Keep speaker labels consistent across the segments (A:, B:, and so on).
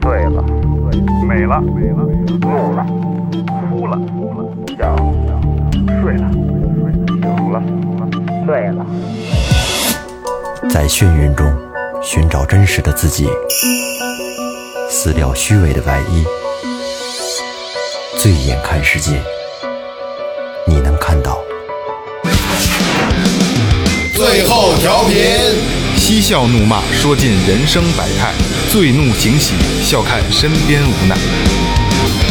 A: 醉了，美了，美了，怒了，哭了，哭了，笑了，睡了，睡了，醒了，醉了。
B: 在眩晕中寻找真实的自己，撕掉虚伪的外衣，醉眼看世界，你能看到。
C: 最后调频，
D: 嬉笑怒骂，说尽人生百态；醉怒行喜，笑看身边无奈。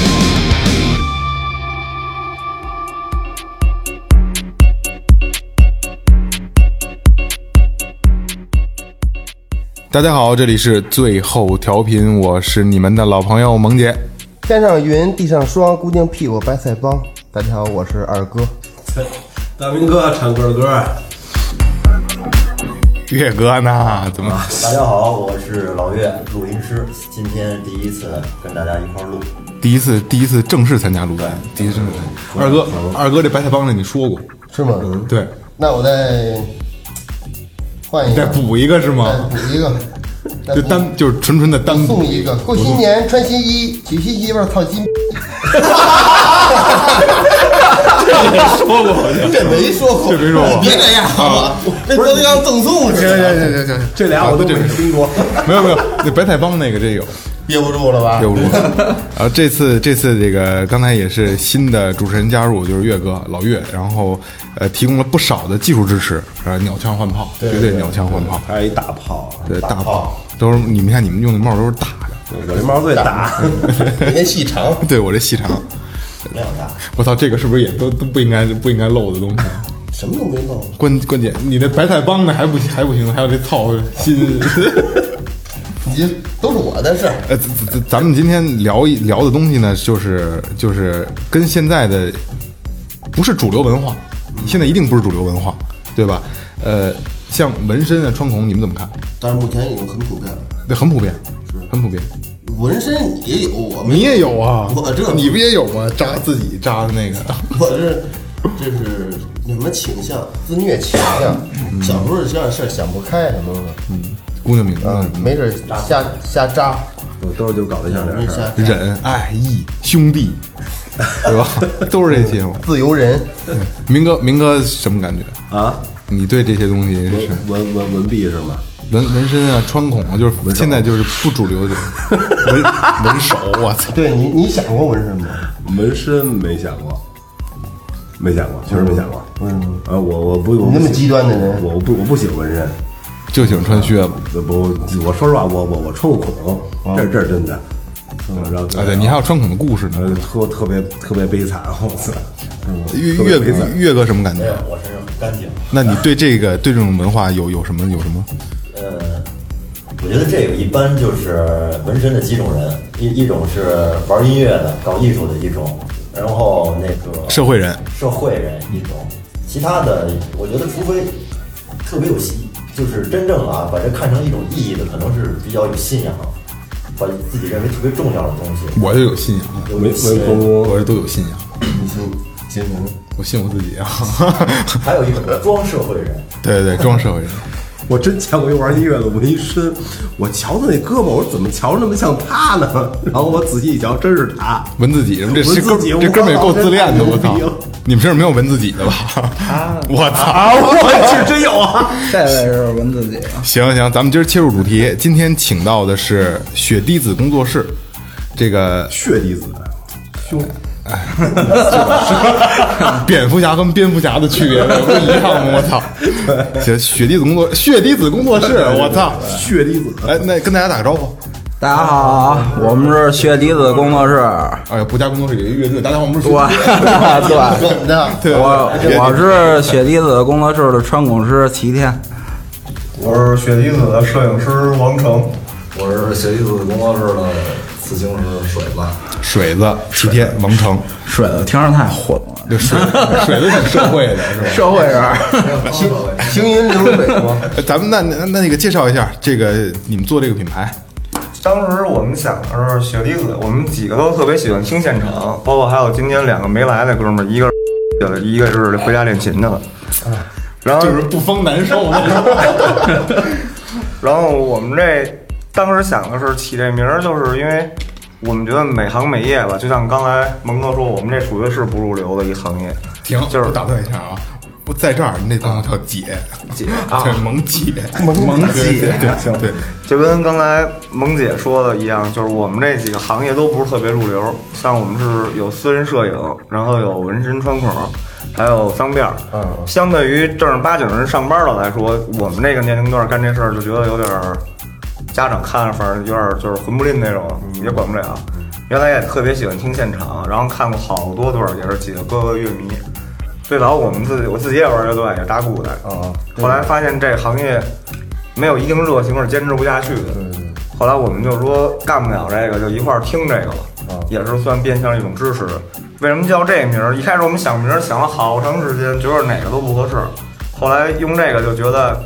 D: 大家好，这里是最后调频，我是你们的老朋友萌姐。
E: 天上云，地上霜，姑娘屁股白菜帮。大家好，我是二哥。
F: 大明哥唱歌的歌儿。
D: 岳哥呢？怎么？
G: 大家好，我是老岳，录音师。今天第一次跟大家一块儿录，
D: 第一次第一次正式参加录音，第一次正式参加。二哥，二哥这白菜帮子你说过，
E: 是吗？
C: 嗯
D: 对，
E: 那我再换一
D: 再
E: 个，
D: 补一个是
E: 再
D: 吗？
E: 补一个，再
D: 就
E: 补
D: 单就是纯纯的单补
E: 送一个。过新年穿新衣，娶新媳妇儿套金。
C: 这没说过，
D: 这没说过啊
C: 你别这样好吗？这不是像赠送似的，
E: 行行行，
F: 这俩我都
D: 啊
F: 没听过。
D: 没有没有，那白菜帮那个真 有，
C: 憋不住了吧？
D: 有我。然后这次这次这个刚才也是新的主持人加入，就是岳哥老岳，然后呃提供了不少的技术支持，啊鸟枪换炮，绝对鸟枪换炮，
G: 还有一大炮，
D: 对大炮都是你们看你们用的帽都是大的，
G: 我这猫 最大，
C: 你那细长，
D: 对我这细长，
G: 没有大，
D: 我操这个是不是也都都不应该不应该漏的东西？
C: 什么都没弄。
D: 关关键你那白菜帮的还不还不行，还有这操 心。
C: 你这都是我的事儿，
D: 呃，咱咱咱们今天聊一聊的东西呢，就是就是跟现在的不是主流文化，现在一定不是主流文化，对吧？呃，像纹身啊、穿孔，你们怎么看？
C: 但是目前已经很普遍了。
D: 对，很普遍，很普遍。
C: 纹身你也有，我没
D: 你也有啊？
C: 我这
D: 你不也有吗？扎自己扎的那个，
C: 我这这是那什么倾向？
E: 自虐倾向，小时候这样事儿想不开，什么的，
D: 姑娘名字、
E: 嗯，没准儿瞎瞎扎，
G: 我都是就搞对象
E: 没
G: 这
E: 准
G: 事儿。
E: 瞎扎
D: 忍、爱、义、兄弟，对吧？ 都是这些嘛。
E: 自由人，
D: 明哥，明哥什么感觉？
G: 啊，
D: 你对这些东西是
G: 文文文文币是吗？
D: 纹纹身啊、穿孔啊，就是现在就是不主 流的纹纹手，我操！
E: 对你你想过纹身吗？
G: 纹身没想过，没想过，确实没想过。嗯，啊，我我不，我
E: 你
G: 不
E: 那么
G: 喜
E: 极端的人
G: 我我不我不喜欢纹身。
D: 就喜欢穿靴子。啊
G: 不，不我说实话，我我我穿过孔，这这是真的。然后
D: 啊，对你还有穿孔的故事呢。
G: 呃特特别特别悲惨，我操！
D: 岳岳哥岳哥什么感觉？
G: 我身上很干净。
D: 那你对这个对这种文化有有什么有什么？
G: 呃，我觉得这个一般就是纹身的几种人，一一种是玩音乐的、搞艺术的一种，然后那个
D: 社会人
G: 社会人一种，其他的我觉得除非特别有戏，就是真正啊把这看成一种意义的，可能是比较有信仰，把自己认为特别重要的东西。
D: 我就有信仰，
G: 有没没公
D: 我这都有信仰，
C: 你信结婚？
D: 我信我自己 啊。
G: 还有一种装社会人，
D: 对对对，装社会人。
G: 我真见过一玩音乐的纹身，我瞧他那胳膊，我说怎么瞧着那么像他呢？ 然后我仔细一瞧，真是他。
D: 纹自己什么？这
G: 纹
D: 这
G: 自
D: 哥们
G: 己
D: 这哥们儿也
G: 我
D: 够
G: 操
D: 自恋的，
G: 太
D: 我
G: 牛
D: 操
G: 逼了！
D: 你们身上没有纹自己的吧？我操！
G: 我是真有啊！
H: 这位是文自己，
D: 行行，咱们今儿切入主题，今天请到的是雪滴子工作室，这个
G: 血滴子，胸
H: 啊
D: 蝙蝠侠跟蝙蝠侠的区别不一样吗？我 操！行，雪滴子工作雪滴子工作室，啊我 操！
G: 哎血滴子，
D: 哎，那跟大家打个招呼。
H: 大家好，我们是血滴子工作室，
D: 哎呀，不加工作室有一乐队，大家好，我们是雪
H: 我
D: 滴
H: 对，
E: 怎么 的？
D: 对，
H: 我我是血滴子工作室的穿孔师齐天，
F: 我是雪滴子的摄影师王成，
I: 我是血滴子工作室的刺青师水子，
D: 水子石天王成，
H: 水子听着太混了，
D: 这 水水子挺社会的，是吧？
H: 社会人，
E: 行云流水吗？
D: 哎咱们那那那个介绍一下，这个你们做这个品牌，
J: 当时我们想的是雪滴子，我们几个都特别喜欢听现场，包括还有今天两个没来的哥们儿，一个是的，一个是回家练琴去了。
G: 然后
D: 哎就是不疯难受。
G: 然后我们这当时想的是起这名儿，就是因为我们觉得每行每业吧，就像刚才蒙哥说，我们这属于是不入流的一行业。
D: 停，就是打断一下啊，我在这儿那段叫姐
G: 姐
D: 啊，对，萌 姐，
G: 萌
D: 对
G: 姐
D: 对对，行对，
G: 就跟刚才萌姐说的一样，就是我们这几个行业都不是特别入流，像我们是有私人摄影，然后有纹身穿孔，还有脏辫儿。嗯，相对于正儿八经人上班的来说，我们这个年龄段干这事儿就觉得有点儿，家长看着反正有点儿就是混不吝那种，也管不了。原来也特别喜欢听现场，然后看过好多段儿，也是几个哥哥乐迷。最早我们自己，我自己也玩乐队，也打鼓的。啊，后来发现这行业没有一定热情是坚持不下去的。后来我们就说干不了这个，就一块儿听这个了，也是算变相一种支持。为什么叫这名儿？一开始我们想名儿想了好长时间，觉得哪个都不合适，后来用这个就觉得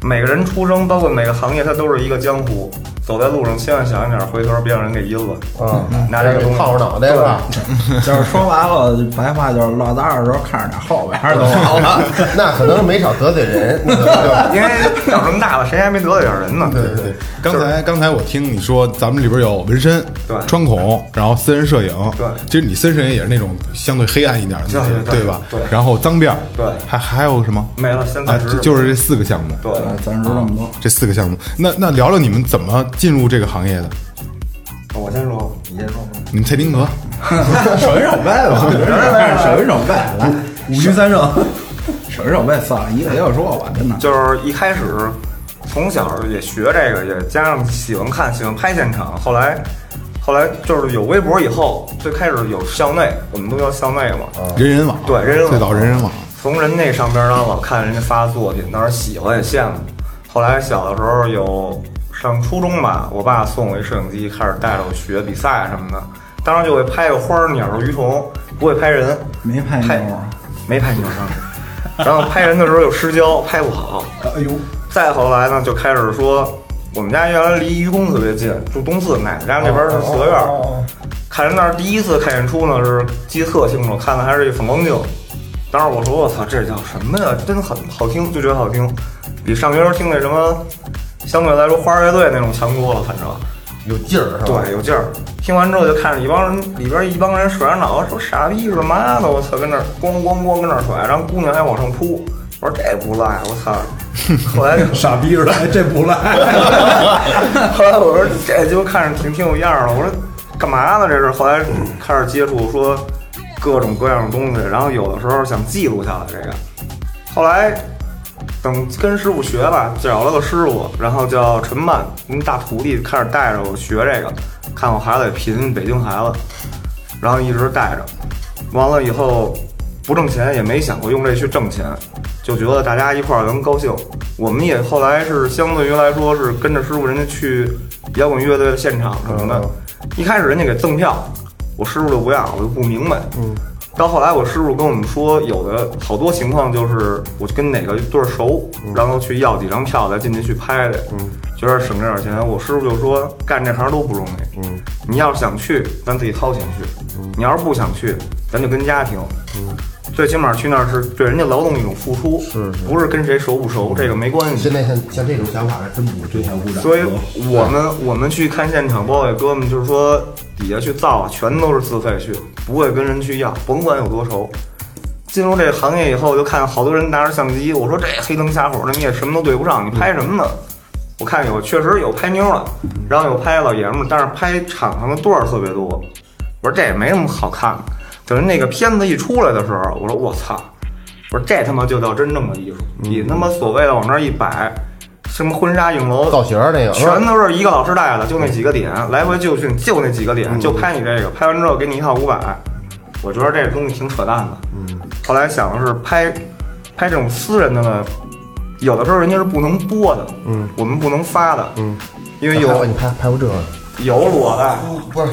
G: 每个人出生，包括每个行业，它都是一个江湖。走在路上，千万小心点儿，回头别让人给阴了。
E: 啊，
G: 拿这个东西
E: 泡着脑袋吧，
G: 嗯
H: 就是说白了，白话就是落单的时候看着点后边儿都好
G: 嗯
H: 了。
E: 那可能没少得罪人。
G: 因为长这么大了，谁还没得罪点人呢？对对对，
D: 刚才刚才我听你说，咱们里边有纹身、
G: 对
D: 穿孔，然后私人摄影，
G: 对
D: 其实你私人摄影也是那种相对黑暗一点的那些，
G: 对对
D: 吧？
G: 对
D: 然后脏辫儿，
G: 对
D: 还还有什么？
G: 没了，现
D: 啊
G: 在，
D: 就就是这四个项目，
G: 对，
H: 咱知道这 么多，
D: 这四个项目。那那聊聊你们怎么进入这个行业的？
G: 我先说，你先说。
D: 你们蔡丁格，
H: 手一手背吧，手一手 背，来五局三胜，手一手背算了，一个一个说吧，真的。
G: 就是一开始从小也学这个，也加上喜欢看、喜欢拍现场。后来，后来就是有微博以后，最开始有校内，我们都叫校内嘛。
D: 人人网，
G: 对人人网
D: 最早人人网，
G: 从人那上边儿呢，老看人家发作品，当时喜欢也羡慕。后来小的时候有上初中吧，我爸送我一摄影机，开始带着我学比赛什么的。当时就会拍个花儿、鸟儿、鱼虫，不会拍人，
H: 没拍妞
G: 拍
H: 儿，
G: 没拍鸟上身。 然后拍人的时候有失焦，拍不好。
H: 哎呦，
G: 再后来呢，就开始说，我们家原来离愚公特别近，住东四，奶奶家那边是四合
H: 哦
G: 院。看人那儿第一次看演出呢，是记得特清楚，看的还是一反光 镜。当时我说我操，这叫什么呀？真很好听，就觉得好听，比上学时候听那什么，相对来说花儿乐队那种强多了，反正。
E: 有劲儿是吧？
G: 对，有劲儿。听完之后就看着一帮人，里边一帮人甩着脑袋说傻逼是妈的，我操，跟那儿咣咣咣跟那儿甩，然后姑娘还往上扑。我说这不赖，我操！后 来就
H: 傻逼似的，哎这不赖。
G: 后来我说这就看着挺挺有样儿的，我说干嘛呢这是？后来开始接触说各种各样的东西，然后有的时候想记录下来这个。后来等跟师傅学吧，找了个师傅，然后叫陈曼，我们大徒弟开始带着我学这个，看我孩子也贫，北京孩子，然后一直带着，完了以后不挣钱，也没想过用这去挣钱，就觉得大家一块儿能高兴。我们也后来是相对于来说是跟着师傅人家去摇滚乐队的现场什么的，一开始人家给赠票，我师傅就不要，我就不明白。嗯，到后来我师傅跟我们说，有的好多情况就是我跟哪个队儿熟，然后去要几张票再进去去拍去。嗯，觉得省这点钱，我师傅就说干这行都不容易。嗯，你要是想去，咱自己掏钱去；你要是不想去，咱就跟家庭。嗯。最起码去那儿是对人家劳动一种付出，是不是跟谁熟不熟，这个没关系。
E: 现在像像这种想法还真不对，鼓掌。
G: 所以我们我们去看现场，包括哥们就是说底下去造，全都是自费去，不会跟人去要，甭管有多熟。进入这个行业以后，就看好多人拿着相机，我说这黑灯瞎火的，你也什么都对不上，你拍什么呢？我看有确实有拍妞的，然后有拍老爷们儿，但是拍场上的段儿特别多。我说这也没什么好看的。等那个片子一出来的时候，我说我操，我说这他妈就叫真正的艺术，你他妈所谓的往那儿一摆，什么婚纱影楼
E: 造型儿那个，啊
G: 全都是一个老师带的，就那几个点，来回就训就那几个点，就拍你这个，拍完之后给你一套五百，我觉得这个东西挺扯淡的。嗯，后来想的是拍拍这种私人的呢，有的时候人家是不能播的，嗯，我们不能发的，嗯，因为
E: 有
G: 有嗯
E: 你拍拍过这个？
G: 有裸的，
E: 不是，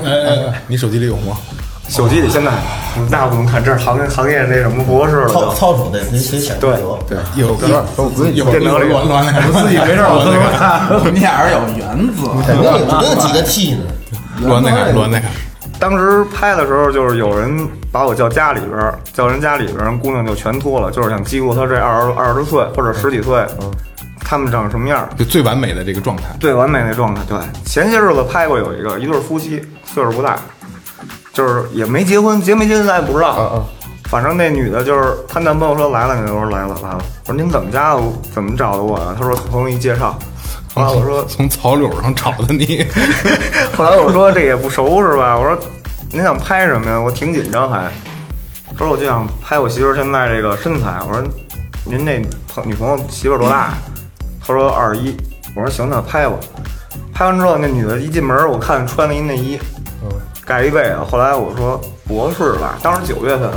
D: 你手机里有吗？
G: 手机里现在那不能看，这是行业行业那什么博士了
K: 操
G: 都。
K: 操守得得得讲究。
D: 对，有
E: 都归
D: 有有有乱乱那个，自己没事
H: 我
D: 乱那个，
H: 看我们俩人有原则，
G: 嗯
E: 肯定有肯定有几个 T 呢。
D: 乱那个乱那个，
L: 当时拍的时候，就是有人把我叫家里边儿，叫人家里边儿，姑娘就全脱了，就是想记录她这二十二十岁或者十几岁，
G: 嗯
L: 他们长什么样儿，
D: 就最完美的这个状态。
L: 最完美那状态。对，前些日子拍过有一个一对夫妻，岁数不大，就是也没结婚，结没结婚咱也不知道。反正那女的就是她男朋友说来了，那我说来了来了，我说您怎么家的，怎么找的我啊呀？她说朋友一介绍。后来我说
D: 从草柳上找的你，
L: 后来我说这也不熟是吧？我说您想拍什么呀？我挺紧张还。他说我就想拍我媳妇儿现在这个身材。我说您那朋女朋友媳妇儿多大？他说二十一。我说行，那拍吧。拍完之后，那女的一进门，我看穿了一内衣，盖一被子。后来我说不合适吧，当时九月份，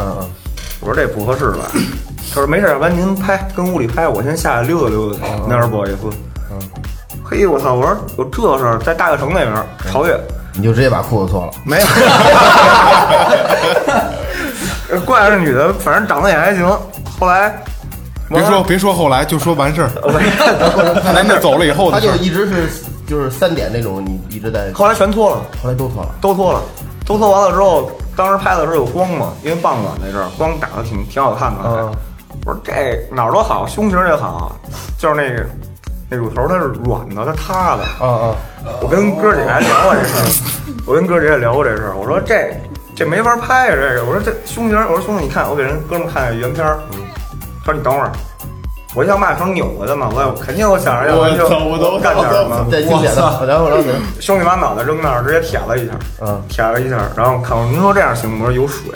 L: 我说这不合适吧。 他说没事，要不然您拍，跟屋里拍，我先下去溜达溜达去。那时候不好意思。嘿，我操！我说有这事儿，在大悦城那边儿，朝越。
E: 你就直接把裤子脱了，
L: 没有。呃怪这女的，反正长得也还行。后来
D: 别说别说后来，就说完事儿。 男的走了以后
E: 他
D: 的事
E: 就
D: 儿，
E: 一直是就是三点那种，你一直在，
L: 后来全脱了，
E: 后来都脱了，
L: 都脱了，都脱完了之后，当时拍的时候有光嘛，因为傍晚那阵儿光打的挺挺好看的。我说这哪儿都好，胸型也好，就是那个那乳头它是软的，它塌的。
E: 啊啊，
L: 我跟哥儿姐还聊过这事儿，我跟哥儿姐也聊过这事儿。我说这这没法拍呀、这个。我说这胸型，我说兄弟，你看我给人哥们看看原片儿。他说你等会儿，我想把成扭过去嘛，我肯定我想着要不然就
D: 我操我都
L: 干点什么。
E: 再经典的，然后然后呢？
L: 兄弟把脑袋扔那儿，直接舔了一下，
E: 嗯，
L: 舔了一下，然后看我您说这样行吗？我说有水，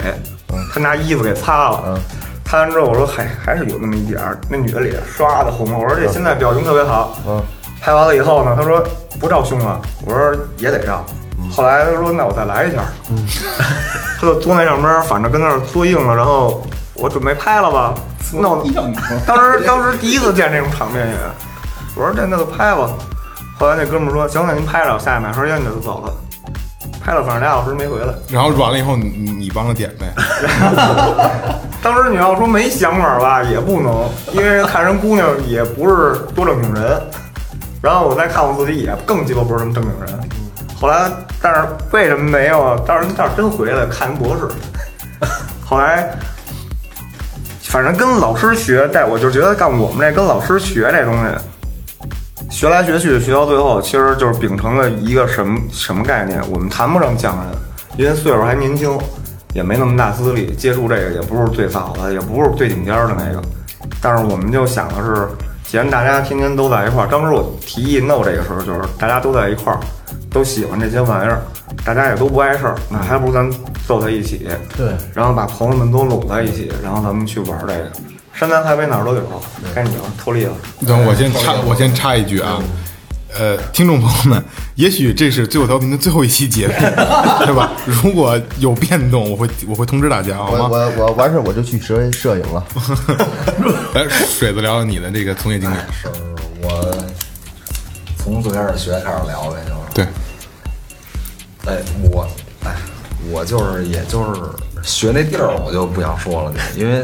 L: 他拿衣服给擦了，擦完之后我说还还是有那么一点儿，那女的脸刷的红了，我说这现在表情特别好，嗯，拍完了以后呢，他说不照胸了，我说也得照，后来他说那我再来一下， 他就坐那上边儿，反正跟那儿作硬了，然后我准备拍了吧，那我当时当时第一次见这种场面也，我说这那就拍吧。后来那哥们儿说行，那您拍着，我下去买盒烟去就走了。拍了，反正俩小时没回来。
D: 然后软了以后，你你你帮着点呗。
L: 当时你要说没想法吧，也不能，因为看人姑娘也不是多正经人，然后我再看我自己也更鸡巴不是什么正经人。后来，但是为什么没有啊？当时倒是真回来看人博士。后来，反正跟老师学，但我就觉得干我们这跟老师学这东西，学来学去，学到最后，其实就是秉承了一个什么什么概念？我们谈不上匠人，因为岁数还年轻，也没那么大资历，接触这个也不是最早的，也不是最顶尖儿的那个。但是我们就想的是，既然大家天天都在一块儿，当时我提议弄这个时候，就是大家都在一块儿，都喜欢这些玩意儿，大家也都不碍事儿，那还不如咱们凑在一起，
E: 对，
L: 然后把朋友们都拢在一起，然后咱们去玩这个。山南海北哪儿都有，该你了，脱力了。
D: 等我先插，我先插一句啊，呃，听众朋友们，也许这是最后调频的最后一期节目，对吧？如果有变动，我会我会通知大家，好
E: 我
D: 吗？
E: 我我完事儿我就去学摄影了，
D: 来，哎水子聊聊你的这个从业经历。
H: 我从最开始学开始聊呗，就是
D: 对，
H: 哎，我哎，我就是也就是学那地儿，我就不想说了，就因为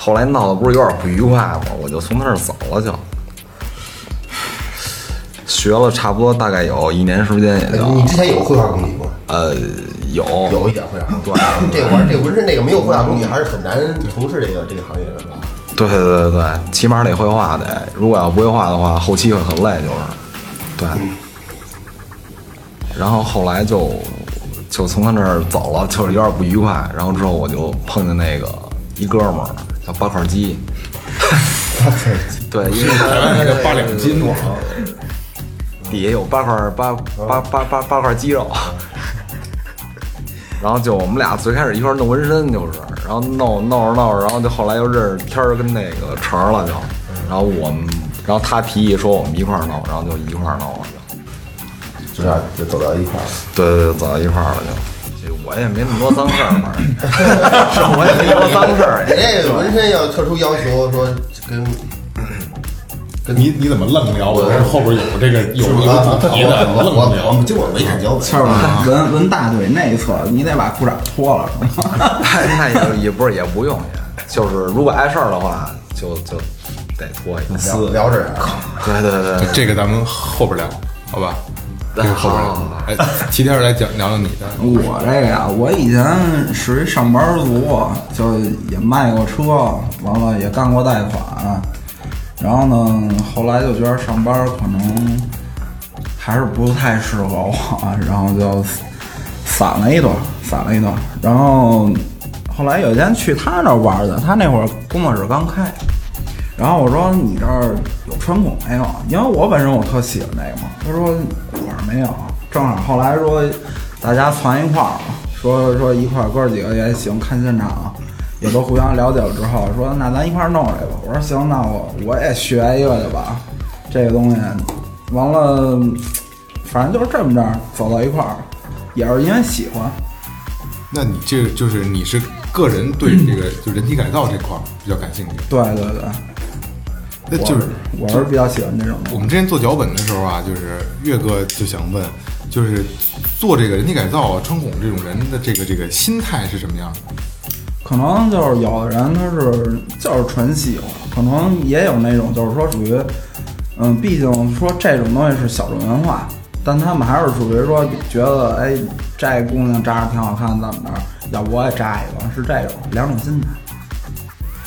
H: 后来闹得不是有点不愉快嘛，我就从那儿走了就。学了差不多大概有一年时间，也就
E: 哎你之前有绘画功底吗？
H: 呃有
E: 有一点绘画功底，
H: 对
E: 这玩意儿这纹身这个没有绘画功底还是很难从事这个这个行业的。
H: 对对对对对，起码得会画得，如果要不会画的话，后期会很累，就是，对。然后后来就就从他那儿走了，就是有点不愉快。然后之后我就碰见那个一哥们儿叫八块鸡，对，因为
D: 台湾那个八两金，啊
H: 底下有八块八八八八八块肌肉。然后就我们俩最开始一块儿弄纹身，就是，然后弄弄着弄着，然后就后来又认识天儿跟那个成儿了，就，然后我们，然后他提议说我们一块儿弄，然后就一块儿弄了，就，
E: 就啊这样就走到一块儿了。
H: 对对对，走到一块儿了就，这我也没那么多脏事儿，反正，是我也没那么多脏事儿，
E: 你这个纹身哎要特殊要求，说跟
D: 你你怎么愣聊？我是后边有这个有一
M: 我
D: 个主题的，
M: 我我
D: 愣
M: 我我
D: 聊。
M: 们今晚没看 脚本，
N: 就是纹纹大腿内侧，你得把裤衩脱了。
H: 那也也不是也不用也，就是如果碍事儿的话，就就得脱一下，
E: 聊聊这儿啊，
H: 对对对，
D: 这个咱们后边聊，好吧？这个后边儿。哎，齐天儿来讲聊聊你的。
H: 我这个呀，我以前属于上班族，就也卖过车，完了也干过贷款，然后呢，后来就觉得上班可能还是不太适合我， 然后就散了一段，散了一段。然后后来有一天去他那儿玩去，他那会儿工作室刚开，然后我说你这儿有穿孔没有？因为我本身我特喜欢那个嘛。他说我说没有，正好后来说大家攒一块儿嘛，说说一块儿哥几个也行，看现场也都互相了解了之后，说那咱一块儿弄这个。我说行，那我我也学一个去吧，这个东西。完了，反正就是这么着走到一块儿，也是因为喜欢。
D: 那你这个就是你是个人对这个就人体改造这块儿比较感兴趣？
H: 对对对。
D: 那就是
H: 我是我是比较喜欢这种。
D: 我们之前做脚本的时候啊，就是岳哥就想问，就是做这个人体改造啊、穿孔这种人的这个这个心态是什么样的？
H: 可能就是有的人他是就是纯喜欢，可能也有那种就是说属于，嗯，毕竟说这种东西是小众文化，但他们还是属于说觉得，哎，这姑娘扎着挺好看，怎么着，要不我也扎一个，是这种两种心态。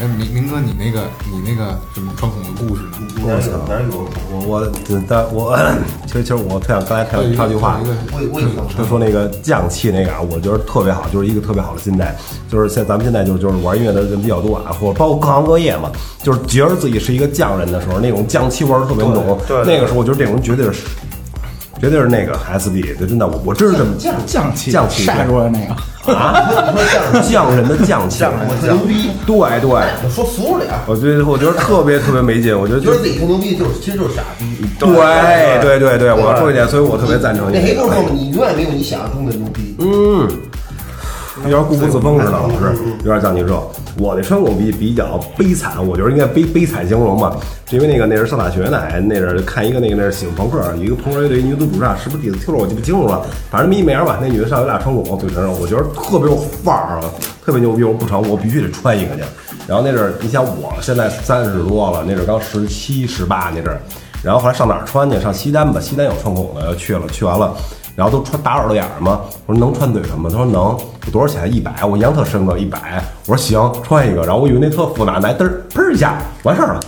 D: 哎，明明哥，你那个你那个什么穿孔的故事呢？
G: 我我但我 其实其实我特想刚才
D: 对
G: 看插句话
D: 一个，为为什么
G: 就说那个匠气那个啊，我觉得特别好，就是一个特别好的心态。就是现在咱们现在就是就是玩音乐的人比较多啊，或者包括各行各业嘛，就是觉得自己是一个匠人的时候，那种匠气味儿特别浓。
F: 对对
G: 那个时候我觉得这种人绝对是。绝对是那个 SB，就真的，我我真是这么
H: 匠匠气
G: 匠气啊
H: 晒出来那个，
G: 匠人的匠气，
C: 牛逼，
G: 对对，
C: 说俗了点儿，
G: 我觉得我觉得特别特别没劲，我觉得
C: 觉
G: 就
C: 得自己特牛逼，就是其实就是傻逼。
G: 对对对对，我要说一点，所以我特别赞
E: 哎
G: 成你。
C: 那谁跟我说嘛，你永远没有你想象中的牛逼。
G: 嗯，有点固步自封似的，老师，有点像你说，我那穿孔比比较悲惨，我觉得应该悲悲惨形容吧，是因为那个那是上大学呢，哎那是看一个那个那是喜欢朋克，有一个朋克乐队女子主唱，是不是底子听了我记不清楚了，反正那么一名儿吧，那女的上有俩穿孔，嘴唇上，我觉得特别有范儿啊，特别牛逼，我不成，我必须得穿一个去。然后那阵儿，你想我现在三十多了，那阵儿刚十七十八那阵儿，然后后来上哪儿穿去？上西单吧，西单有穿孔的，去了，去完了。然后都穿打耳朵眼儿嘛。我说能穿嘴上吗？他说能。我多少钱？一百。我量特深个，一百。我说行，穿一个。然后我以为那特复杂，来嘚儿喷一下完事儿了。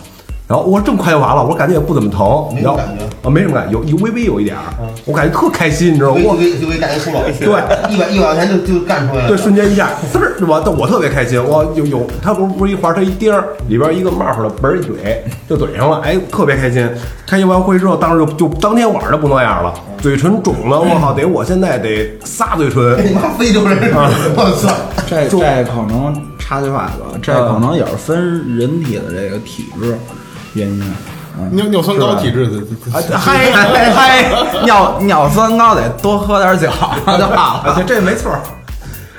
G: 然后我说这么快就完了，我感觉也不怎么疼，
C: 没
G: 然
C: 有
G: 后
C: 感觉嗯
G: 啊，没什么感觉，有有微微有一点儿，我感觉特开心，你知道吗？
C: 就
G: 我
C: 为就为大家出老
G: 对
C: 一百一百块钱就就干出来了。
G: 对，瞬间一下滋儿，是吧？但我特别开心，我有有，它不是不是一环，它一钉儿，里边一个帽儿的，嘣儿一怼就怼上了，哎，特别开心。开心完会之后，当时就就当天晚上就不那样了，嘴唇肿了，我靠，得我现在得仨嘴唇，
C: 你妈非洲人，我操！
H: 这这可能插句话吧，这可能也是分人体的这个体质原因。嗯
D: 尿尿酸高体质的，
G: 啊
H: 嗨
G: 哎
H: 嗨嗨，尿尿酸高得多喝点酒， 就好
G: 啊
H: 了。这没错。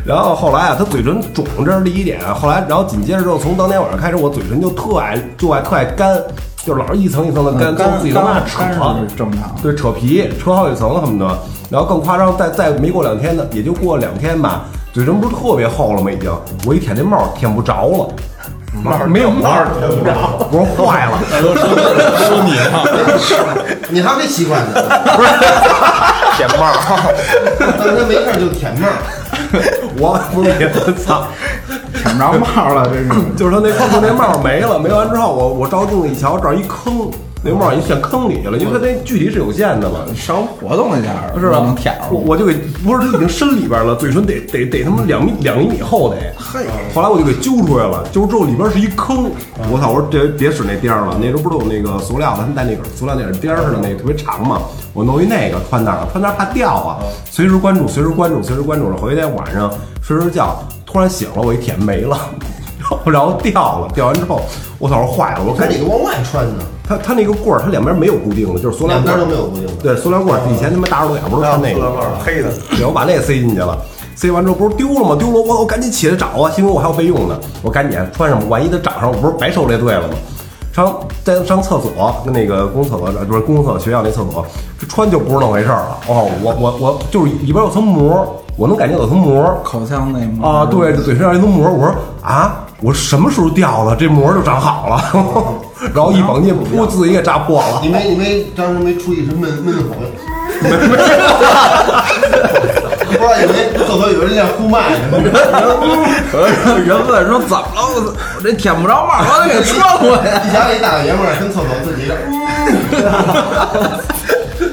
G: 然后后来啊，他嘴唇肿，这是第一点。啊后来，然后紧接着之后，从当天晚上开始，我嘴唇就特爱，就爱特爱干，就老是一层一层的干，
H: 嗯干
G: 从自己他妈扯
H: 干是正常。
G: 对，扯皮，扯好几层恨不得。然后更夸张，再再没过两天呢，也就过两天吧，嘴唇不是特别厚了吗？已经，我一舔那帽儿舔不着了，帽儿没有帽儿舔 不着，我说坏了，
D: 说你
C: 呢，你还没习惯呢，
G: 舔帽儿。
C: 当天没事儿就舔帽儿。
G: 我不是你，我 操，
H: 舔不着帽了，这是。
G: 就是他那就那帽没了，没完之后，我我照镜子一瞧，这儿一坑，那帽已经陷坑里去了，因为它那距离是有限的嘛。
H: 稍活动一下
G: 是吧？
H: 能舔着
G: 我我就给不是，它已经伸里边了，嘴唇得得得他妈两米两厘米厚得。嘿，后来我就给揪出来了，揪之后里边是一坑，
C: 嗯
G: 我操！我说别别使那钉儿了，那时候不是有那个塑料的，他们带那个塑料那点钉儿似的，那个特别长嘛，我弄一那个穿那儿了，穿那儿怕掉啊，
C: 嗯
G: 随时关注，随时关注，随时关注了。回去晚上睡睡觉，突然醒了，我一舔没了。然后掉了，掉完之后，我操，我说坏了，我
C: 我看你
G: 赶紧
C: 个往外穿呢，
G: 它它那个棍儿，它两边没有固定的，就是塑料棍儿，
C: 两边都没有固定的
G: 对，塑料棍儿，以前他妈大耳朵眼不是穿那个，
L: 啊黑的，
G: 对，我把那塞进去了。塞完之后不是丢了吗？丢了，我我赶紧起来找啊，因为我还有备用的，我赶紧穿上吧，万一它长上，我不是白受这罪了吗？上在上厕所，跟那个公厕所不是公厕学校那厕所，这穿就不是那回事儿了。哦，我我我就是里边有层膜，我能感觉有层膜，
H: 口腔内膜
G: 啊，对，这嘴唇上一层膜，我说啊，我什么时候掉了？这 膜就长好了，然后一猛劲，噗，自己给扎破了。
C: 你没你没当时没出一身闷闷吼，
E: 不知道以为厕所有人在呼麦呢，
H: 人问说怎么了？我怎我这舔不着帽，我得给穿回来。
E: 一想一大老爷们儿跟厕所自己，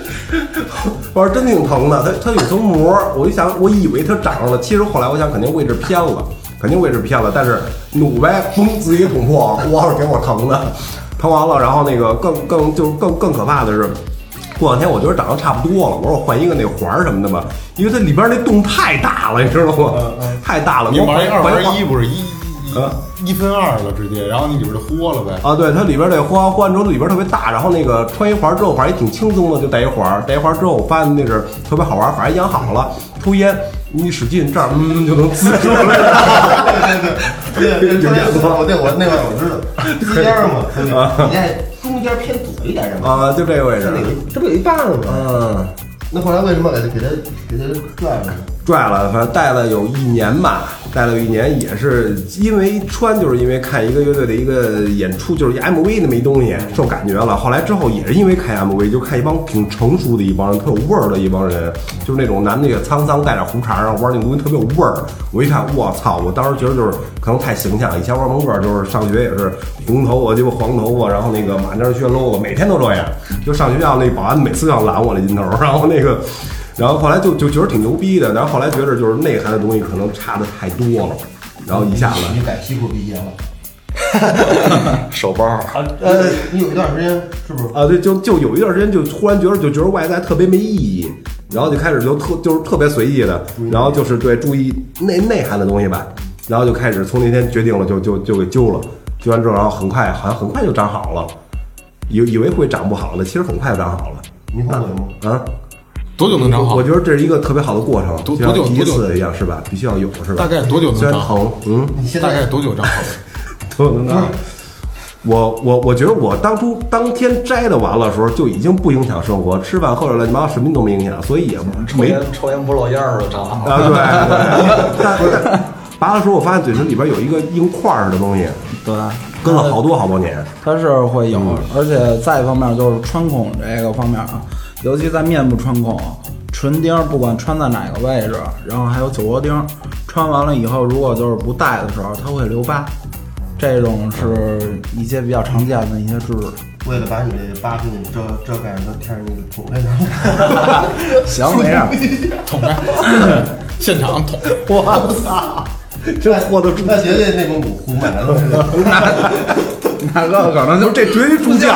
G: 我说真挺疼的，它它有层膜，我就想，我以为它长上了，其实后来我想肯定位置偏了，肯定位置偏了，但是努呗，嘣自己捅破，哇，给我疼的，疼完了，然后那个更更就是更更可怕的是。过两天我觉得长得差不多了，我说我换一个那环儿什么的吧，因为它里边那洞太大了，你知道吗？太大了。
D: 嗯你
G: 给我
D: 玩一
G: 换
D: 二
G: 换
D: 玩
G: 换
D: 一不是一一一分二了直接，然后你里边就豁了呗。
G: 啊，对，它里边那花花完之后里边特别大，然后那个穿一环之后，反正也挺轻松的，就戴一环，戴一环之后，我发现那是特别好玩，反正养好了，抽烟你使劲这儿，嗯，就能滋出来了。
E: 对对对，我对我那块我知道，中间儿嘛，你在中间偏左一点是吗？
G: 啊，就这个位置
E: 这，这不有一棒子吗？
G: 嗯，
E: 那后来为什么给他给他给他拽了呢？
G: 拽了，反正戴了有一年吧，戴了有一年也是因为穿，就是因为看一个乐队的一个演出，就是一 MV 那么一东西，受感觉了。后来之后也是因为看 MV，就看一帮挺成熟的一帮人，特有味儿的一帮人，就是那种男的也沧桑，带点胡茬儿，然后玩那东西特别有味儿。我一看，我操！我当时觉得就是可能太形象，以前玩蒙哥儿就是上学也是红头发、鸡巴黄头发，然后那个满张靴搂子，每天都这样。就上学校那保安每次要拦我那劲头儿，然后那个。然后后来就就觉得挺牛逼的，然后后来觉得就是内涵的东西可能差的太多了，然后一下子
E: 你改西裤毕业了。
G: 手 包
E: 呃，你有一段时间是不是？
G: 啊，对，就就有一段时间就突然觉得就觉得外在特别没意义，然后就开始就特就是特别随意的，然后就是对注意内内涵的东西吧，然后就开始从那天决定了就就就给揪了，揪完之后然后很快好像很快就长好了，以以为会长不好的，其实很快就长好了。
E: 你后悔吗？
G: 啊，
D: 多久能长好
G: 我觉得这是一个特别好的过程，
D: 多
G: 就像
D: 多久
G: 第一
D: 多久
G: 次一样是吧？必须要有是吧？
D: 大概多久能
G: 虽然
D: 长
G: 疼，嗯，
D: 大概多久长好？
G: 多久能长好？我我我觉得我当初当天摘的完了的时候就已经不影响生活，吃饭喝水乱七八糟什么都没影响，所以也
I: 嗯抽
G: 没
I: 烟抽烟不漏烟儿就长好
G: 啊，对对。但但拔的时候，我发现嘴唇里边有一个硬块儿的东西，
H: 对，
G: 跟了好多好多年。
H: 它是会有，
E: 嗯
H: 而且再一方面就是穿孔这个方面啊，尤其在面部穿孔、唇钉，不管穿在哪个位置，然后还有酒窝钉，穿完了以后，如果就是不戴的时候，它会留疤，这种是一些比较常见的一些知识。
E: 为了把你这疤给你遮遮盖，让天上给你捅开呢。
H: 行，没事儿，
D: 捅开，现场捅。
E: 我操！这货都那绝对内蒙古呼麦了，
H: 大哥可能就这绝对助教。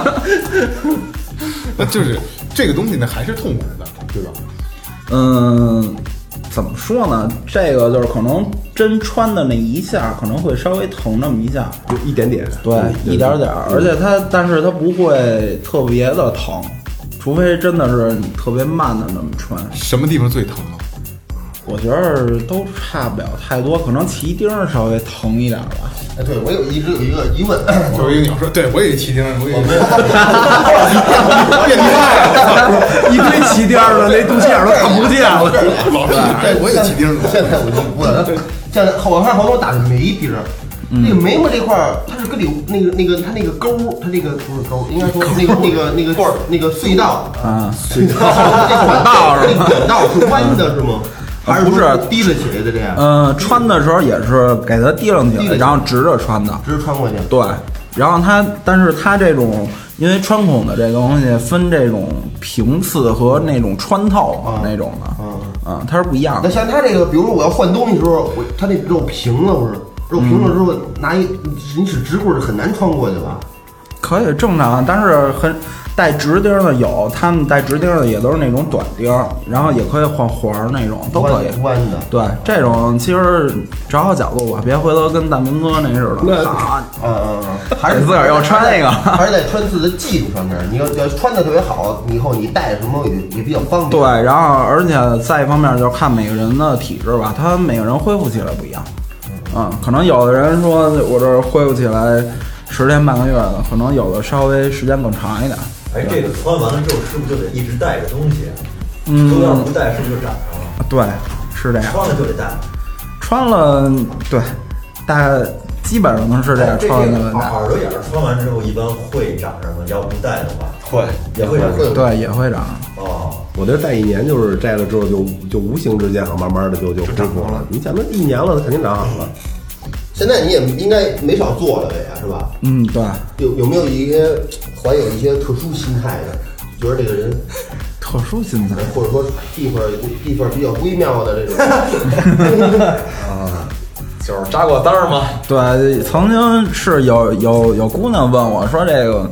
D: 那就是这个东西呢，还是痛苦的，对吧？
H: 嗯，怎么说呢？这个就是可能真穿的那一下，可能会稍微疼那么一下，
G: 就一点点，
H: 对，一点点儿，而且它，但是它不会特别的疼，除非真的是你特别慢的那么穿。
D: 什么地方最疼啊？
H: 我觉得都差不了太多，可能骑钉儿稍微疼一点儿吧。
E: 哎，对我有一直有一个疑问，
D: 就是一个鸟说，对我也骑钉，我也
E: 变态了，
G: 一堆骑钉儿的，那肚脐眼儿都看不见了。
D: 老师，
E: 对，哎我也起钉了。现在我就不了，现在我看好多打的眉钉儿。那个眉毛这块儿，它是跟里那个那个它那个沟儿，它那个不是沟儿，应该说那个那个那个那个隧道，
H: 啊，
E: 隧道，管道是吧？管道是弯的是吗？还是说提了起来的这样？
H: 嗯，穿的时候也是给它提上
E: 提
H: 去
E: 了，起
H: 然后直着穿的，
E: 直穿过去。
H: 对，然后它，但是它这种因为穿孔的这个东西分这种平刺和那种穿透那种的，嗯，它是不一样
E: 那
H: 的。
E: 像他这个，比如说我要换东西的时候，我他那肉平了不是？肉平了之后，拿一你使直棍儿是很难穿过去吧？
H: 可以正常，啊但是很带直钉儿的有，他们带直钉儿的也都是那种短钉儿，然后也可以换环儿那种，都可以。
E: 弯的。
H: 对，这种其实找好角度吧，别回头跟大明哥那似的。啊，
E: 嗯嗯，
H: 还是自个儿要穿那个
E: 还是在穿刺的技术上面，你要要穿的特别好，以后你带什么也也比较方便。
H: 对，然后而且再一方面就是看每个人的体质吧，他每个人恢复起来不一样。嗯，可能有的人说我这恢复起来十天半个月的，可能有的稍微时间更长一点。
K: 哎，这个穿完了之后是不是就得一直带着东西？
H: 嗯
K: 都要不带是不是就长上了？
H: 对，是这样。
K: 穿了就得带。
H: 穿了，对，大基本上能是这
K: 哎
H: 样
K: 这
H: 穿完的
K: 个
H: 问
K: 耳耳朵眼儿
H: 题。
K: 穿完之后一般会长上吗？要不戴的话，
G: 会
K: 也会长上
H: 对，也会长。
K: 哦，
G: 我这戴一年，就是摘了之后就就无形之间，好啊像慢慢的就就恢复了。你想，那一年了，它肯定长好了。
E: 现在你也应该没少做了呗，是吧？
H: 嗯，对，
E: 有有没有一些呃怀有一些特殊心态的？觉得这个人呃
H: 特殊心态，
E: 或者说地方地方比较微妙的这种，
I: 啊，就是扎过单儿吗？
H: 对，曾经是有有有姑娘问我说：“这个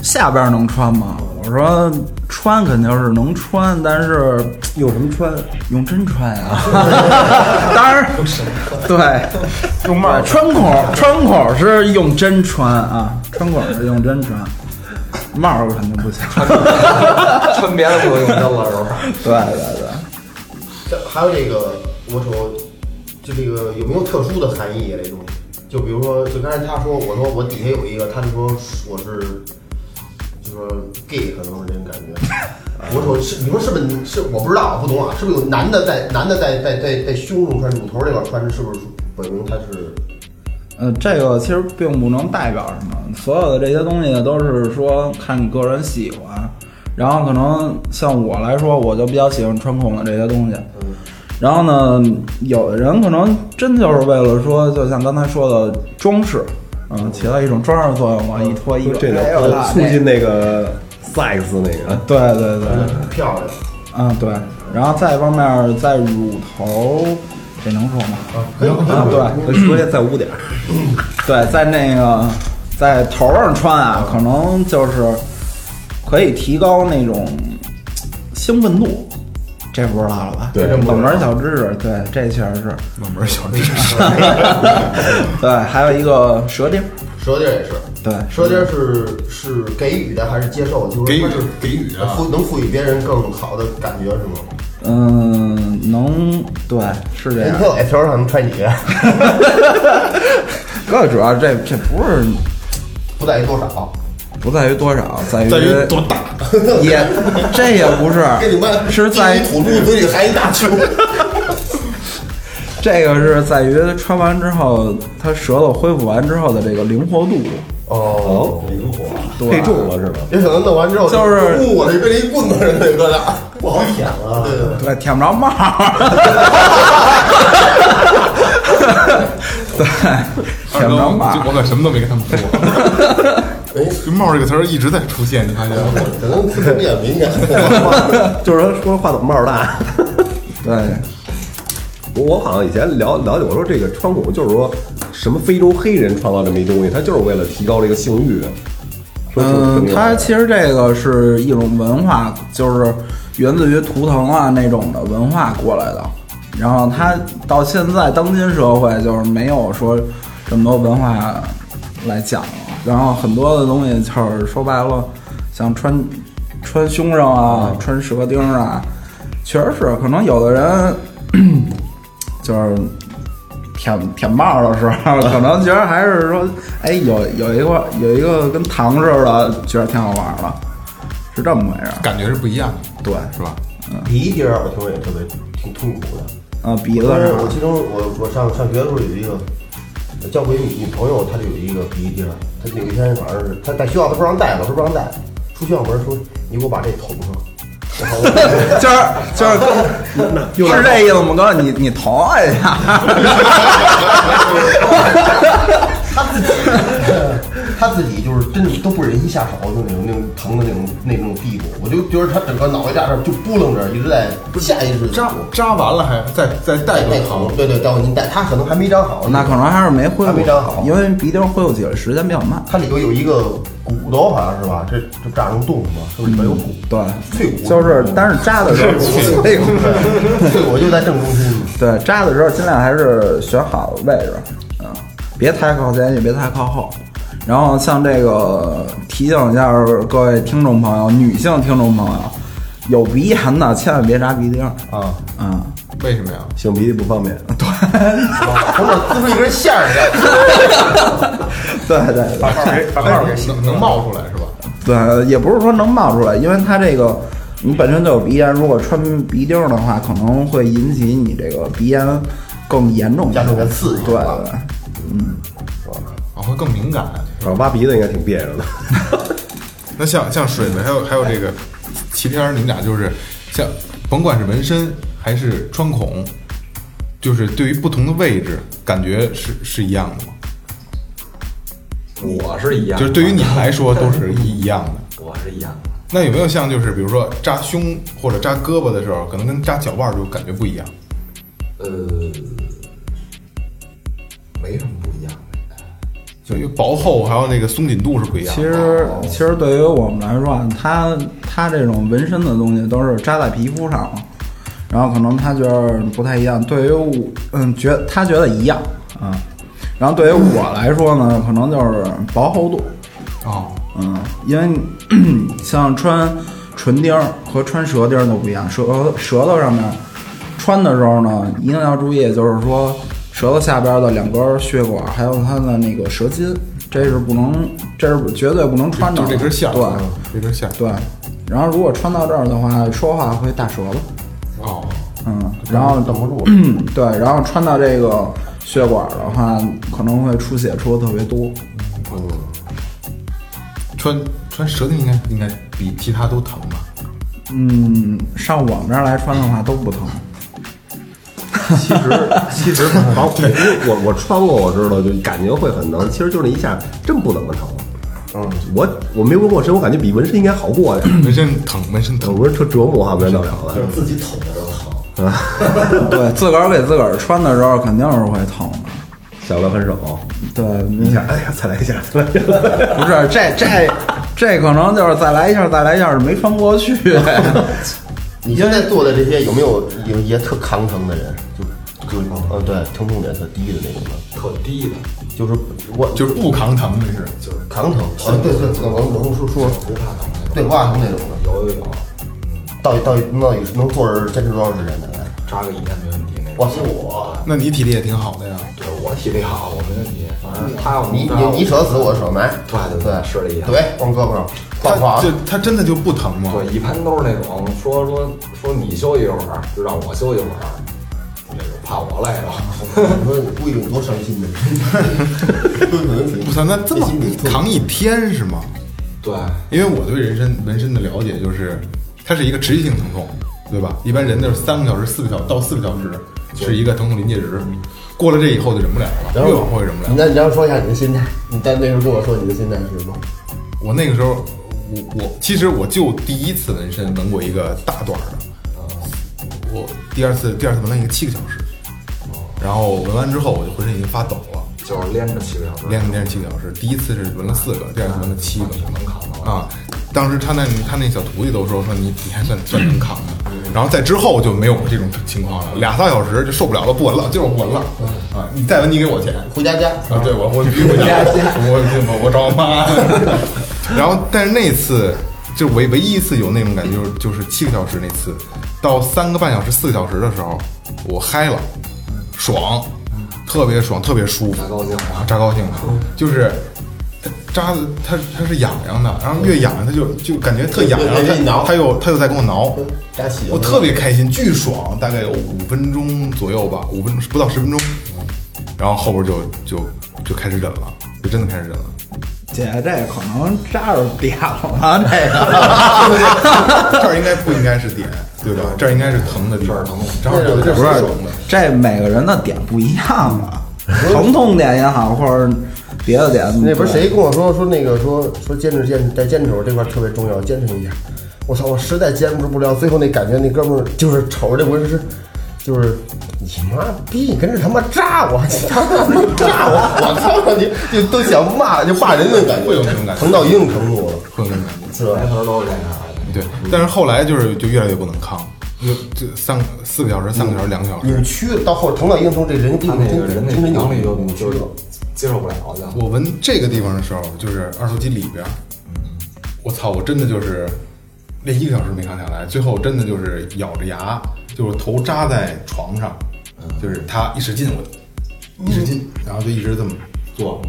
H: 下边能穿吗？”我说：“穿肯定是能穿，但是
G: 用什么穿？
H: 用针穿 呀、当然，对，用帽穿孔穿孔是用针穿啊，穿孔是用针穿，帽儿肯定不行。
I: 穿别的不用针了是吧？
H: 对对对。
E: 这还有这个，我瞅就这个有没有特殊的含义啊？这东西，就比如说，就刚才他说，我说我底下有一个，他就说我是，就说 gay 可能是这种感 觉。我说是，你说是不是？是我不知道啊，不懂啊，是不是有男的在男的在在在在胸上穿乳头这块穿着，是不是本名他是
H: 呃，这个其实并不能代表什么，所有的这些东西都是说看你个人喜欢，然后可能像我来说，我就比较喜欢穿孔的这些东西。然后呢，有的人可能真就是为了说，就像刚才说的装饰，嗯，起到一种装饰作用嘛，一脱衣服，
G: 这
H: 哎呦
G: 个呃
H: 那
G: 促进那个 sex 那 个。
H: 对对对，
E: 漂亮？
H: 啊对，然后再一方面，在乳头，这能说吗？啊，对，嗯
G: 说再污点。
H: 对，在那个在头上穿啊，可能就是可以提高那种兴奋度，这不知道了吧？
D: 对
H: 这冷门小知识，对，这确实是 冷
D: 门小知
H: 识。对，还有一个舌钉儿，
E: 舌钉儿也是。
H: 对，
E: 舌钉儿是是给予的还是接受？就是说它是
D: 给予
H: 啊
E: 赋能赋予别人更好的感觉是吗？
H: 嗯，能，对，是这样
E: 人。家在头上踹你，
H: 更主要这这不是
E: 不在于多少，
H: 不在于多少，在于
E: 在于多
D: 大，
H: 也这也不是
E: 跟你们，
H: 是在于
E: 吐露嘴里含一大 球。
H: 这个是在于穿完之后，它舌头恢复完之后的这个灵活度。
E: 哦，
K: 灵活，
H: 对，
E: 配重
G: 了是吧？
E: 有可能弄完之后
H: 就是
E: 呜，我这被一棍子似的，哥俩不好舔啊了。对对
H: 对，舔不着帽对，
D: 二哥，我我可什么都没跟他们说。就“帽”这个词儿一直在出现，你发现吗？
E: 可能可能比较敏感。
G: 就是说说话筒帽儿大。
H: 对，
G: 我我好像以前了了解，我说这个穿孔就是说什么非洲黑人创造这么一东西，他就是为了提高这个性欲。说挺
H: 嗯，
G: 挺
H: 它其实这个是一种文化，就是源自于图腾啊那种的文化过来的。然后它到现在当今社会，就是没有说这么多文化来讲了。然后很多的东西就是说白了，像穿穿胸上啊，穿舌钉啊，确实是可能有的人就是舔舔帽的时候，可能觉得还是说，哎，有有一块有一个跟糖似的，觉得挺好玩的，是这么回事儿。
D: 感觉是不一样
H: 的，对，是吧？嗯，
E: 鼻涕让我听着也特别挺痛苦的。
H: 啊，鼻子
E: 我当时
H: 上
E: 我其中我我上上学的时候有一个呃交过一女女朋友，她就有一个鼻涕，她有一天反正是她在学校她不让带，老师不让带，出校门说你给我把这捅上。然 后我
H: 就是就是，是这意思吗？哥，你你疼一下，
E: 他自己就是真的都不忍心下手，就那种那种疼的那种那种地步，我就觉得他整个脑袋架这儿就扑棱着，一直在下意识扎
D: 扎完了还再再
E: 带带疼，对对，待会儿您带他可能还没扎好，
H: 那可能还是没恢
E: 还
H: 复
E: 没扎好，
H: 因为鼻钉恢复起来时间比较慢。
E: 它里头有一个骨头好像是吧？这这扎成洞嘛，是不是里边有骨？
H: 对，
E: 脆骨
H: 就是但是扎的时候
E: 脆骨，脆骨就在正中心。
H: 对，扎的时候尽量还是选好位置，嗯，别太靠前，也别太靠后。然后像这个提醒一下各位听众朋友，女性听众朋友，有鼻炎的千万别扎鼻钉儿
G: 啊
H: 啊！
D: 为什么呀？
G: 擤鼻涕不方便。
E: 从这滋出一根线儿
H: 对对对，
D: 能能冒出来是吧？
H: 对，也不是说能冒出来，因为它这个你本身就有鼻炎，如果穿鼻钉儿的话，可能会引起你这个鼻炎更严重，加
E: 重的刺激。
H: 对对，嗯，
E: 是吧？
D: 哦会更敏感。
G: 啊，挖鼻子应该挺别扭的。
D: 那像像水子，还有还有这个齐天儿，你们俩就是像甭管是纹身还是穿孔，就是对于不同的位置，感觉是是一样的吗？
O: 我是一样的，
D: 就是对于你们来说都是一一样的。
O: 我是一样的。
D: 那有没有像就是比如说扎胸或者扎胳膊的时候，可能跟扎脚腕儿就感觉不一样？
O: 呃，没什么不一样的。
D: 就又薄厚，还有那个松紧度是不一样
H: 其
D: 的。
H: 实，其实对于我们来说，它它这种纹身的东西都是扎在皮肤上嘛，然后可能他觉得不太一样。对于我，嗯，觉他觉得一样啊。然后对于我来说呢，可能就是薄厚度。
D: 哦，
H: 嗯，因为你 像穿唇钉儿和穿舌钉儿都不一样，舌舌头上面穿的时候呢，一定要注意，就是说舌头下边的两根血管，还有它的那个舌筋，这是不能，这是绝对不能穿的。
D: 就这根线儿
H: 对，
D: 嗯这根线儿
H: 对。然后如果穿到这儿的话，说话会大舌头。
D: 哦，
H: 嗯，然后
D: 挡不住
H: 对，然后穿到这个血管的话，可能会出血出的特别多。
D: 穿穿舌头应该应该比其他都疼吧？
H: 嗯，上我们这儿来穿的话都不疼。
G: 其实其实好， 我我穿过，我知道，就感觉会很疼。其实就那一下，真不怎么疼。嗯，我我没纹过身，我感觉比纹身应该好过呀。
D: 纹身疼，纹身
G: 疼，纹身特折磨哈，纹身了
P: 就是自己捅的时候疼。
H: 对自个儿给自个儿穿的时候肯定是会疼的。
G: 小了很手，
H: 对，
G: 一下，哎呀，再来一下，再来一下。
H: 不是这这这可能就是再来一下，再来一下是没穿过去。
E: 你现在做的这些有没有有一些特扛疼的人？就就嗯，对，疼痛点特低的那种的，
O: 特低的，
E: 就是我
D: 就是不扛疼的是，
O: 就是
E: 扛疼。啊，对对，我我我说说不怕疼，对不怕疼那种的，
O: 有有有，
E: 到底到底到底能坐着坚持多长时间的？
O: 扎个一天没问题那种。
E: 我我
D: 那你体力也挺好的呀。
O: 对我体力好，我没问题。反正他要
E: 你
O: 能扎
E: 你你手死我手埋，
O: 对对对，是这意思。
E: 对，往胳膊上，晃
D: 他
E: 晃
D: 就。他真的就不疼吗？
O: 对，一般都是那种说说说你休息一会儿，就让我休息一会儿，那种怕我累了。
E: 你说估计有多伤心呢？
D: 不疼，那这么扛一天是吗？
O: 对，
D: 因为我对人身纹身的了解就是，它是一个持续性疼痛，对吧？一般人都是三个小时、四个小到四个小时是一个疼痛临界值，过了这以后就忍不了了，越往后越忍不了。
E: 你那你要说一下你的心态，你在那时候跟我说你的心态是什么？
D: 我那个时候，我我其实我就第一次纹身纹过一个大段儿的，我第二次第二次纹了一个七个小时，然后纹完之后我就浑身已经发抖了，
O: 就是连着七个小时，
D: 连着连着七个小时，第一次是纹了四个，第二次纹了七个，
O: 嗯能扛吗？
D: 啊，当时他那他那小徒弟都说说你你还算算能扛的，
O: 嗯
D: 然后在之后就没有这种情况了，俩仨小时就受不了了，不纹了，就是不纹了
O: 嗯
D: 啊！你再纹你给我钱，
E: 回家家
D: 啊！对 我我必须回家，我我我找我妈。 然后但是那次就唯唯一一次有那种感觉，就是就是七个小时那次，到三个半小时四个小时的时候，我嗨了，爽，特别爽，特别舒服，
O: 扎高兴
D: 啊，扎高兴了，就是。扎的它它是痒痒的，然后越痒痒它就就感觉特痒痒，
E: 对对对
D: 它
E: 挠
D: 它又它又在跟我挠，
E: 扎喜
D: 我特别开心，巨爽，大概有五分钟左右吧，五分不到十分钟，然后后边就就就开始忍了，就真的开始忍 了。
H: 姐，这可能扎着点了吧？这
D: 对不
H: 个
D: 对这儿应该不应该是点，对吧？这儿应该是疼的地方，疼，这儿对这
H: 不
D: 儿
H: 是
D: 是爽的。
H: 这每个人的点不一样啊，疼痛点也好，或者别的点。
E: 那不是谁跟我说说那个说说坚持坚持再坚持会儿这块儿特别重要，坚持一下。我操，我实在坚持不了，最后那感觉那哥们儿就是瞅着这纹身，就是你妈逼，你跟这他妈炸我，你他妈炸我，我操你，就都想骂就骂人的感觉，
D: 会有那种感觉
E: 疼到一定程度了，
D: 会有那种感
E: 是吧？
O: 头都是这样。
D: 对，但是后来就是就越来越不能抗，就就三个四个小时、三个小时、两个小时。
E: 扭曲到后疼到一定程度，这人
O: 他那个人
E: 精
O: 那
E: 神
O: 能力
E: 扭
O: 就
E: 扭曲
O: 就
E: 了。
O: 接受不了就。
D: 我闻这个地方的时候，就是二头肌里边儿，我操，我真的就是练一个小时没扛下来，最后真的就是咬着牙，就是头扎在床上，就是他一使劲我，一使劲，然后就一直这么做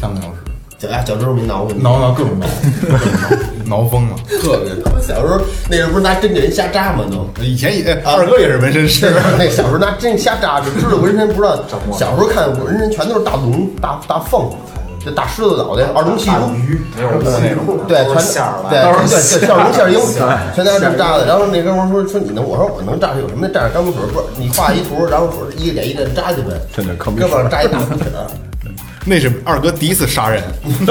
D: 三个小时，
E: 脚丫脚趾头没挠过你，
D: 挠挠各种挠，各种 挠挠疯了，特别疼。
E: 小时候那时候不是拿针给人瞎扎吗？都。
D: 以前也哎二哥也是纹身师，
E: 那小时候拿针瞎扎，就知道纹身不知道。小时候看纹身全都是大龙、大大凤，这大狮子脑袋，二龙戏珠，
I: 没有我那种
E: 对，
I: 都
E: 全
I: 是馅儿吧
E: 对
I: 都是
E: 对
I: 馅儿
E: 对，笑容馅儿鹰
I: 馅儿，
E: 全家这么扎的。然后那哥们儿说说你能，我说我能扎出有什么的？蘸着钢笔水不是你画一图，然后说一个点一个点扎去呗，
D: 真的坑
E: 胳膊上扎一大红点儿，啊
D: 那是二哥第一次杀 人，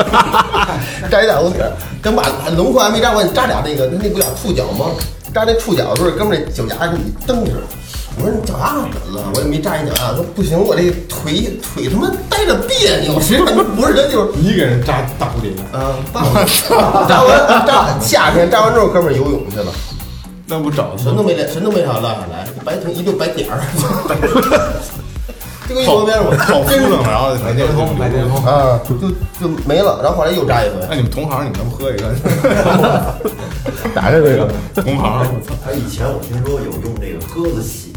E: 扎一大红点儿，等把龙口还没扎完，你扎俩那个那不叫触角吗？扎那触角的时候，哥们儿那脚丫给你蹬着。我说你脚丫子怎么了？我也没扎你脚丫，说不行，我这腿腿他妈待着别扭，谁他妈不是人就是
D: 你给人扎大蝴蝶，
E: 啊，大蝴蝶扎完扎夏天扎完之后，哥们儿游泳去了。
D: 那不找
E: 什么都没练，什么都没少落下来，白成一溜白点儿，就 跟一窝边儿，
D: 好
E: 我
D: 糊
E: 真是
D: 弄，然后白癜风，白癜风
E: 啊，就就没了。然后后来又扎一回。
D: 那你们同行，你们能喝 一个？
C: 打开这个
D: 同行，
K: 哎，以前我听说有用这个鸽子血、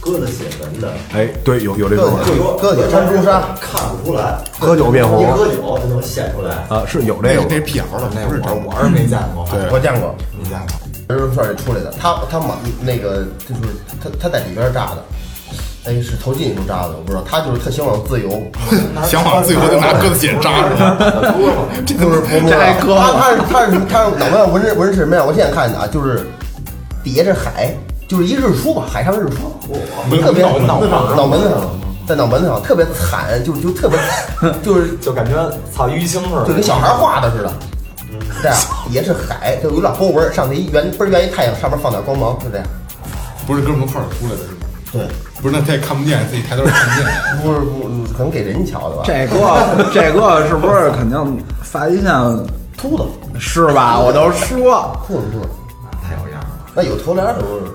K: 鸽子血纹的，
G: 哎，对，有有这说
K: 鸽子
G: 法，
K: 就说
E: 鸽子
K: 穿
E: 朱砂
K: 看不出来，
G: 喝酒变红
K: 一喝酒就能显出来。
G: 啊，是有这个，
D: 那是辟谣的，
I: 那我我是没见过，
G: 对
E: 啊我见过，
I: 没见过。
E: 就是范儿出来的，他他满那个就是他他在里边儿扎的。哎，是投进一头扎的，我不知道。他就是特向往自 由，
D: 想往自由就拿鸽子血扎是吧？
E: 这都是不
I: 啊
E: 摸
D: 这还割
E: 他他是他是他是脑袋上纹着纹着什么呀？我现在看的啊，就是叠着海，就是一日出吧，海上日出，特别
I: 脑脑门上
E: 脑门子上，在脑门子上特别惨，就是就 特别就是
I: 就感觉操淤青似的，
E: 就跟小孩画的似的，
I: 嗯
E: 这样也是海，就有点波纹，上面一圆倍儿圆一太阳，上面放点光芒，就这样。
D: 不是哥们儿从块儿出来的是吗？
E: 对，
D: 不是那他也看不见，自己抬头也看不见。
E: 不是不是可能给人瞧的吧？
H: 这个这个是不是肯定发际线
E: 秃子
H: 是吧？我都说
E: 裤子裤子太有样了，那有头帘儿的不是？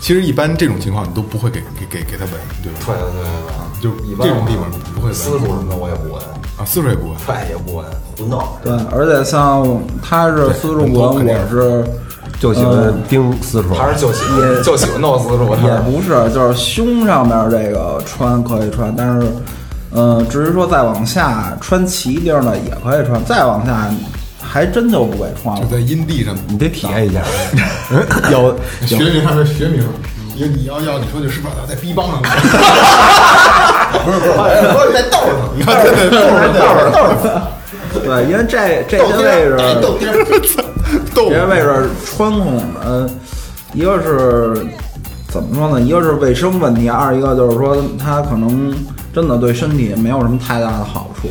D: 其实一般这种情况你都不会给给给给他闻，对吧？
I: 对对对对，
D: 就
I: 一般
D: 这种地方不会闻。
I: 私塾什么的我也不闻，
D: 啊，私塾也不闻。
I: 对也不闻，
K: 胡闹。
H: 对，而且像他是私塾国，
I: 肯定
H: 我是
G: 就喜欢盯私处，
I: 还是就喜
H: 也
I: 就喜欢弄私塾，
H: 也不是，就是胸上面这个穿可以穿，但是，呃，至于说再往下穿齐地儿呢，也可以穿，再往下还真就不给穿了
D: 就。在阴地上，
G: 你得体验 一下，有
D: 学名上面学名，因为你要要你说就是不是在逼帮上？ 哎
E: 不是不是，不是在豆儿上，
D: 你看这在豆上
E: 豆儿上豆儿
H: 对，因为这这
E: 豆
H: 些
E: 丁
H: 位
E: 儿哎
H: 置，
E: 豆 丁儿。
H: 这些位置穿孔，呃，一个是怎么说呢？一个是卫生问题，二一个就是说它可能真的对身体没有什么太大的好处，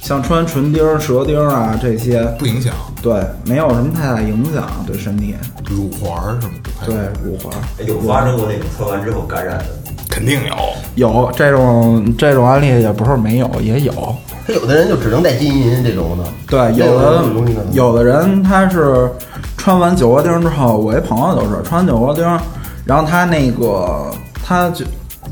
H: 像穿唇钉儿、舌钉儿啊这些，
D: 不影响
H: 对，没有什么太大影响对身体。
D: 乳环儿什么的，
H: 对，乳环儿
K: 哎有发生过那种穿完之后感染的，
D: 肯定有。
H: 有这种这种案例也不是没有，也有。
E: 他有的人就只能戴金银这种的，
H: 对，有的有的人他是穿完九窝钉之后，我一朋友就是穿完九窝钉，然后他那个他就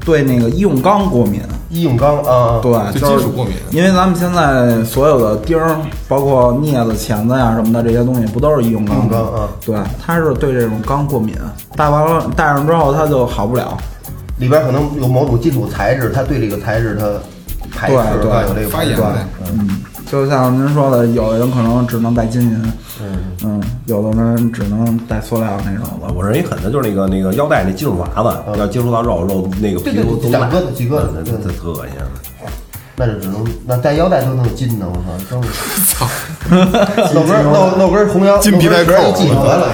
H: 对那个医用钢过敏，
E: 医用钢啊，
H: 对，
D: 就
H: 就是
D: 金属过敏
H: 因为咱们现在所有的钉儿，包括镊子、钳子呀什么的这些东西，不都是医用钢
E: 用
H: 吗？
E: 钢啊，
H: 对，他是对这种钢过敏，戴完了戴上之后他就好不了。
E: 里边可能有某种金属材质，它对这个材质它排斥，
H: 对对
E: 啊有这个
D: 发炎
E: 对
D: 呗
H: 嗯，就像您说的，有的人可能只能戴金银，嗯，有的人只能戴塑料那种的。
G: 我认为狠的就是那个那个腰带那金属娃娃，要接触到肉肉那个
E: 对
G: 皮
E: 对
G: 肤
E: 对，
G: 都
E: 长
G: 烂，
E: 疙瘩起疙瘩，
G: 那
E: 对
G: 那特恶心。
E: 那就只能那带腰带都能有金呢，我操， 真是，露根露露根红腰，
D: 金皮带扣
E: 露根儿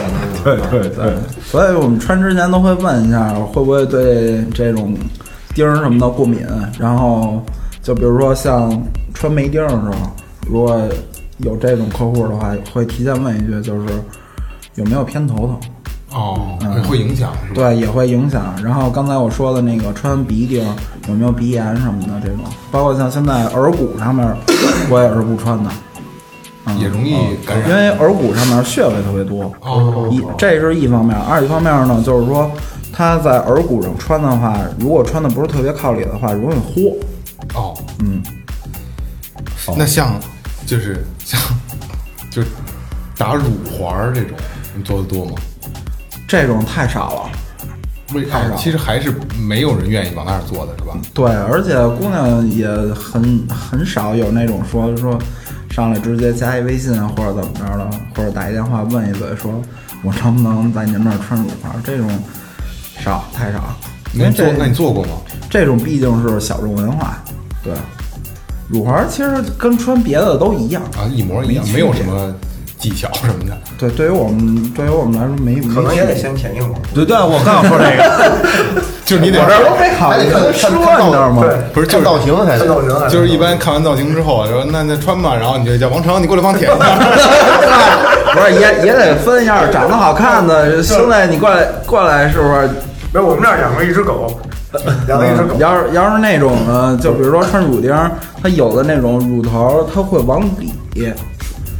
E: 一系得了，
G: 对对对，
H: 所以我们穿之前都会问一下，会不会对这种钉儿什么的过敏。然后就比如说像穿眉钉儿的时候，如果有这种客户的话，会提前问一句，就是有没有偏头疼。
D: 哦，
H: 嗯
D: 会影响是吧？
H: 对，也会影响。然后刚才我说的那个穿鼻钉有没有鼻炎什么的这种，包括像现在耳骨上面，我也是不穿的，嗯
D: 也容易感
H: 因
D: 染。
H: 为耳骨上面穴位特别多。
D: 哎哦
H: 一这是一方面，二一方面呢，就是说它在耳骨上穿的话，如果穿的不是特别靠里的话，容易豁。
D: 哦，
H: 嗯，
D: 那像就是像就打乳环儿这种，你做的多吗？
H: 这种太少了。
D: 为
H: 太少
D: 其实还是没有人愿意往那儿做的是吧？
H: 对，而且姑娘也很很少有那种说说上来直接加一微信啊，或者怎么着的，或者打一电话问一嘴，说我能不能在您这儿穿乳环儿？这种少太少，因
D: 那
H: 为
D: 你做
H: 这
D: 那你做过吗？
H: 这种毕竟是小众文化，对，乳环其实跟穿别的都一样
D: 啊，一模一样，没有什么技巧什么的。
H: 对，对于我们对于我们来说没，
L: 可能也得
H: 没区别
L: 先舔一会儿。
G: 对对，我刚想说这
D: 个，就是你得
H: 我这儿都没考虑看看看道吗对
D: 不是就是
H: 看造型还得看造型还得
D: 就是一般看完造型之后，说那那穿吧，然后你就叫王成，你过来帮我舔一下。
H: 不是也也得分一下，长得好看的兄弟，你过来过来是不是？
L: 没有，我们这儿养了一只狗，养了一只狗。
H: 嗯要是要是那种呢，就比如说穿乳钉儿，它有的那种乳头它会往里，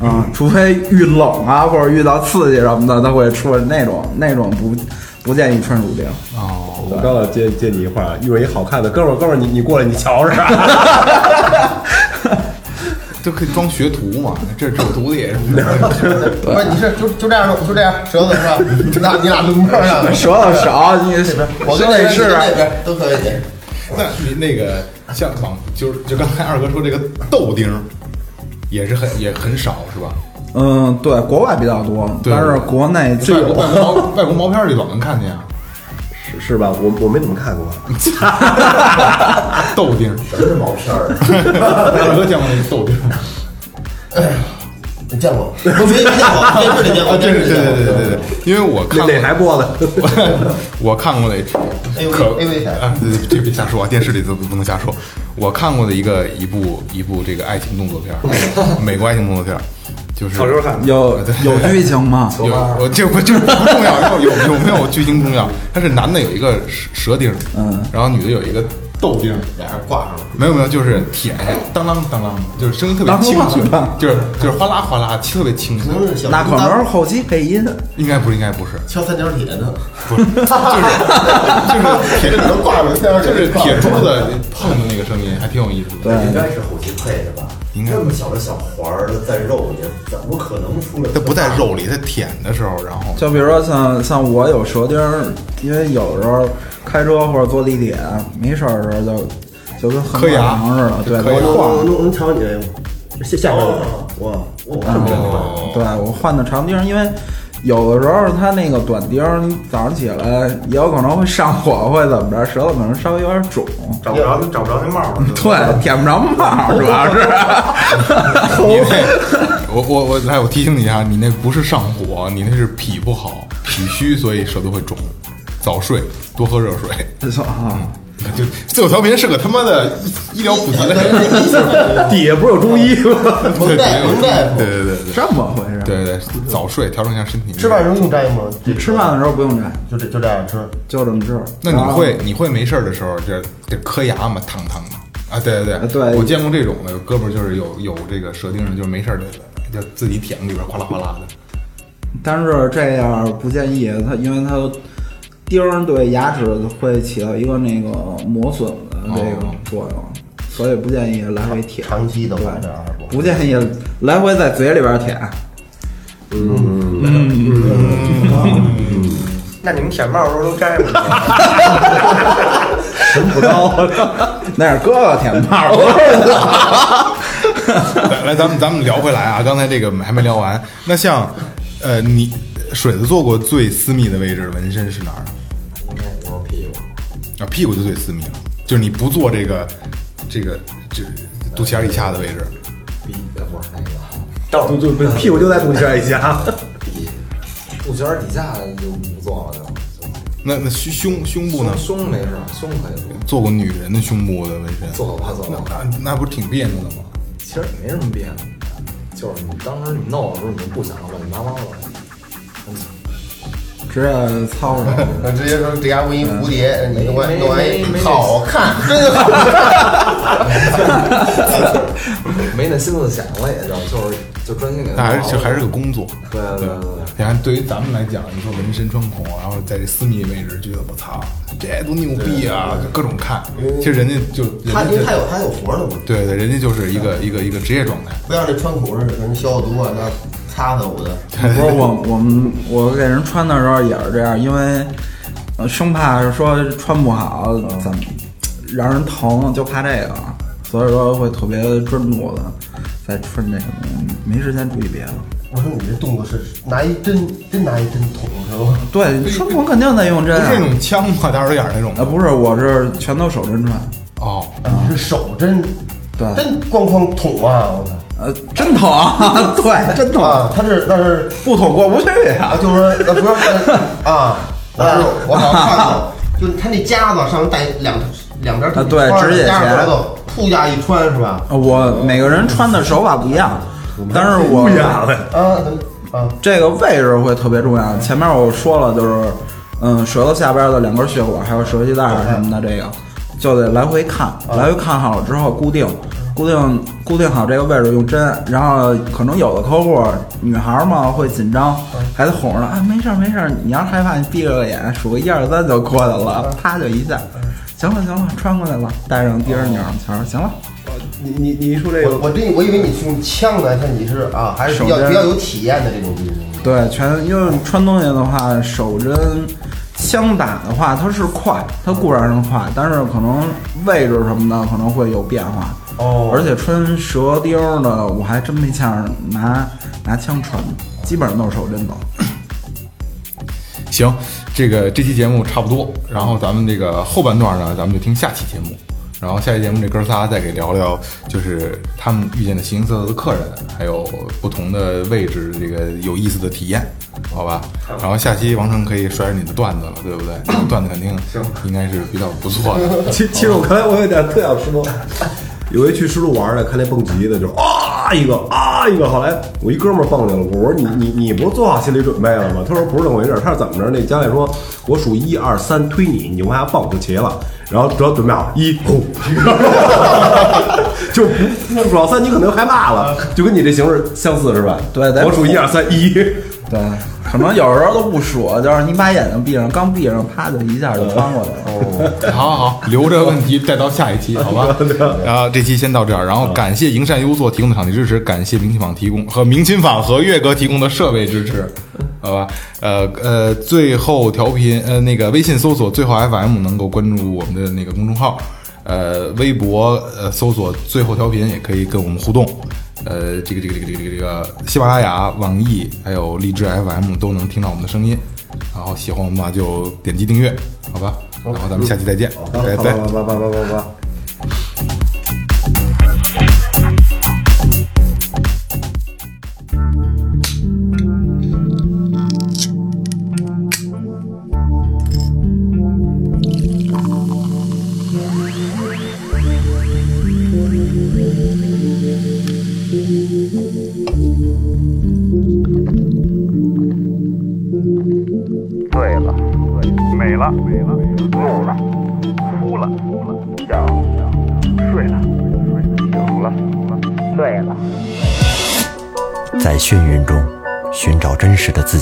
C: 嗯
H: 啊，除非遇冷啊或者遇到刺激什么的，它会出那种那种不不建议穿乳 钉。
D: 哦，
G: 我刚要接接你一块儿，遇着一好看的哥们儿，哥们儿，你你过来，你瞧着。啊
D: 就可以装学徒嘛，这是我徒弟。
C: 不是，你是就就这样弄，就这样舌头是吧？你俩你俩抡块儿
E: 啊
C: 上，
D: 舌头少你
C: 这边我跟
D: 舌头
C: 那
D: 也是
C: 边
H: 啊
C: 那边都可以。
D: 那你那个像往就是就刚才二哥说这个豆丁儿，也是很也很少是吧？
H: 嗯，对，国外比较多，
D: 对
H: 但是国内就
D: 外
H: 有
D: 国外国毛外国毛片儿里老能看见啊，
G: 是是吧？我我没怎么看过。
D: 豆丁什
G: 么是毛片儿？
D: 二哥见过那个豆丁吗？
C: 你见过？我没见过，电视里见
H: 哦
C: 过，
D: 啊，对
C: 电视
D: 对
C: 里见过
D: 对对对对，因为我看哪
G: 台播的？
D: 我看过的，
H: 哎
C: A V
D: 可
C: A V 台
D: 啊，对对这别瞎说啊，电视里都不能瞎说。我看过的一个一部一部这个爱情动作片儿，美国爱情动作片儿，就是
L: 小时候看
H: 有有剧情吗？
D: 有，我这不这不重要，有有有没有剧情不重要，它是男的有一个蛇蛇钉，嗯，然后女的有一个豆钉，俩人挂上了。没有没有，就是舔，当啷当啷，就是声音特别清脆
H: 当啷当，啷
D: 就是就是哗啦哗啦，特别清脆。
H: 那可能是后期配音。
D: 应该不是，应该不是，
C: 敲三角铁呢，
D: 不是，就是就是铁
C: 能挂着三角铁
D: 就是铁珠子碰的那个声音，还挺有意思的。
K: 应该是后期配的吧？
D: 应该
K: 这么小的小环儿在肉里，怎么可能出来？
D: 它不在肉里，它舔的时候，然后
H: 就比如说像像我有舌钉儿，因为有时候开车或者坐地铁没事儿的时候就就跟横
D: 磕牙
H: 墙似的，啊对，
D: 磕牙
H: 都
D: 能
H: 晃。
G: 能能瞧你这个下下边儿哇，我
H: 啊
D: 哦
H: 对我换的长钉儿，因为有的时候它那个短钉儿，你早上起来也有可能会上火，会怎么着，舌头可能稍微有点肿，
L: 找不着找不着那帽儿了。
H: 对，舔不着毛儿，主要是。
D: 你那，我我我，来，我提醒你一下，你那不是上火，你那是脾不好，脾虚，所以舌头会肿。早睡，多喝热水。
H: 啊，
D: 就自我调频是个他妈的医疗 普及的，
G: 底下不是有中医吗？
D: 对，底下有中医对对对对，
H: 这么回事。
D: 对对，早睡，调整一下身体。
C: 吃饭时候用摘吗？
H: 你吃饭的时候不用摘，
C: 就这就这样吃，
H: 就这么吃。
D: 那你会你会没事儿的时候，这这磕牙吗？烫烫的啊！对对对，
H: 对
D: 我见过这种的，有哥们儿就是有有这个舌钉上，就是没事儿的，就自己舔里边哗啦哗啦的。
H: 但是这样不建议它，因为它钉儿对牙齿会起到一个那个磨损的这个作用，所以不建议来回舔。长
C: 哦期的话，这样
H: 不建议来回在嘴里边舔。嗯嗯
L: 那你们舔帽儿的时候都摘吗？
H: 真不高，那是哥哥舔泡 儿。
D: 来来，咱们咱们聊回来啊，刚才这个还没聊完。那像呃，你水子做过最私密的位置纹身是哪儿？
K: 我屁股。
D: 啊，屁股就最私密了，就是你不做这个这个就是肚脐眼以下的位置。
K: 不是那个，
G: 到就就屁股就在肚脐眼以下，
I: 肚脐眼底下就不做了，
D: 那那胸胸胸
I: 就
D: 部呢？
I: 胸没事，胸可以做，
D: 做过女人的胸部的纹身？
I: 做吧做吧
D: 那那那不是挺别扭的吗？
I: 其实没什么别扭，就是你当时你弄的时候你就不想乱七八糟的。
H: 直接操上，
C: 直接说这家纹一蝴蝶，你弄完弄完一
I: 没没
C: 好看， 真好
I: 没那心思想了，也就就是就专心给
D: 那
I: 他弄
D: 还
I: 了。
D: 是就还是个工作。
I: 对对对对。
D: 你看，对于咱们来讲，你说纹身穿孔，然后在这私密位置，觉得我操，这多牛逼啊，就各种看。其实人家就人
C: 他
D: 家
C: 因为他有他有活呢嘛，
D: 对对，人家就是一个一个一个职业状态。
C: 不像这穿孔是人消毒啊，那擦擦我的。
H: 不是我，我们我给人穿的时候也是这样，因为呃生怕说穿不好怎么让人疼，就怕这个，所以说会特别专注的在穿这个，没时间注意别的。
C: 我说你这动作是拿一针，真拿一针捅是吧？
H: 对，穿孔肯定得用呃针、啊，
C: 不是那
D: 种枪吗？大耳眼那种？
H: 啊，不是，我是全都手针穿。
D: 哦，
C: 你是手针
H: 对，
C: 真咣哐捅啊！我操，
H: 呃，真捅啊！对，真
C: 捅啊！他是那是
H: 不捅过不去啊！
C: 就是说那不是 啊，我是我好像看过，就是他那夹子上面带两两边儿
H: 啊对
C: 穿
H: 指
C: 夹
H: 甲钳
C: 着头，噗下一穿是吧？
H: 呃我每个人穿的手法不一样，但是我
C: 不一样嘞啊啊，
H: 这个位置会特别重要。前面我说了，就是嗯，舌头下边的两根血管，还有舌系带儿什么的，这个就得来回看，来回看好了之后固定。固定固定好这个位置用针，然后可能有的客户女孩儿嘛会紧张，还得哄着她啊，没事儿没事儿，你要是害怕你闭着个眼数个一二三就过去了，啪就一下，行了行了，穿过来了，戴上钉儿拧上球儿，行了。
C: 你你你一说
H: 这个
C: 我我对我以为你是用枪呢，像你是啊，还是比较
H: 手枪
C: 比较有体验的这种东西。
H: 对，全因为穿东西的话，手针枪打的话，它是快，它固然是快，但是可能位置什么的可能会有变化。
C: 哦
H: 而且穿蛇钉儿的，我还真没见着拿拿枪穿的，基本上都是手针的。
D: 行，这个这期节目差不多，然后咱们这个后半段呢，咱们就听下期节目。然后下期节目这哥仨再给聊聊，就是他们遇见的形形色色的客人，还有不同的位置这个有意思的体验，好吧？然后下期王成可以甩着你的段子了，对不对？段子肯定应该是比较不错的。
G: 其其实我刚才我有点特想说， 有一去石路玩的，看那蹦极的，就啊一个啊一个。后来我一哥们儿蹦去了，我说你你你不是做好心理准备了吗？他说不是这么回事儿，他是怎么着？那教练说，我数一二三推你，你就往下蹦就齐了。然后只要准备好一轰， 就不数到三你可能害怕了，就跟你这形式相似是吧？
H: 对，得
G: 我数一二三一。
H: 对，可能有时候都不说，就是你把眼睛闭上，刚闭上，啪就一下就穿过来了。
D: 好好好，留着问题再到下一 期，好吧？然后这期先到这儿，然后感谢营善优作提供的场地支持，感谢明琴坊提供和明琴坊和月哥提供的设备支持，好吧？呃呃，最后调频呃那个微信搜索最后 FM 能够关注我们的那个公众号，呃，微博呃搜索最后调频也可以跟我们互动。呃，这个这个这个这个这个这个喜马拉雅、网易还有荔枝 FM 都能听到我们的声音，然后喜欢我们的话就点击订阅，好吧？然后咱们下期再见，拜拜。
G: 拜拜拜拜拜。
A: 醉了，美了，怒了，哭了，笑了，睡了，醒了，醉了。
B: 在眩晕中寻找真实的自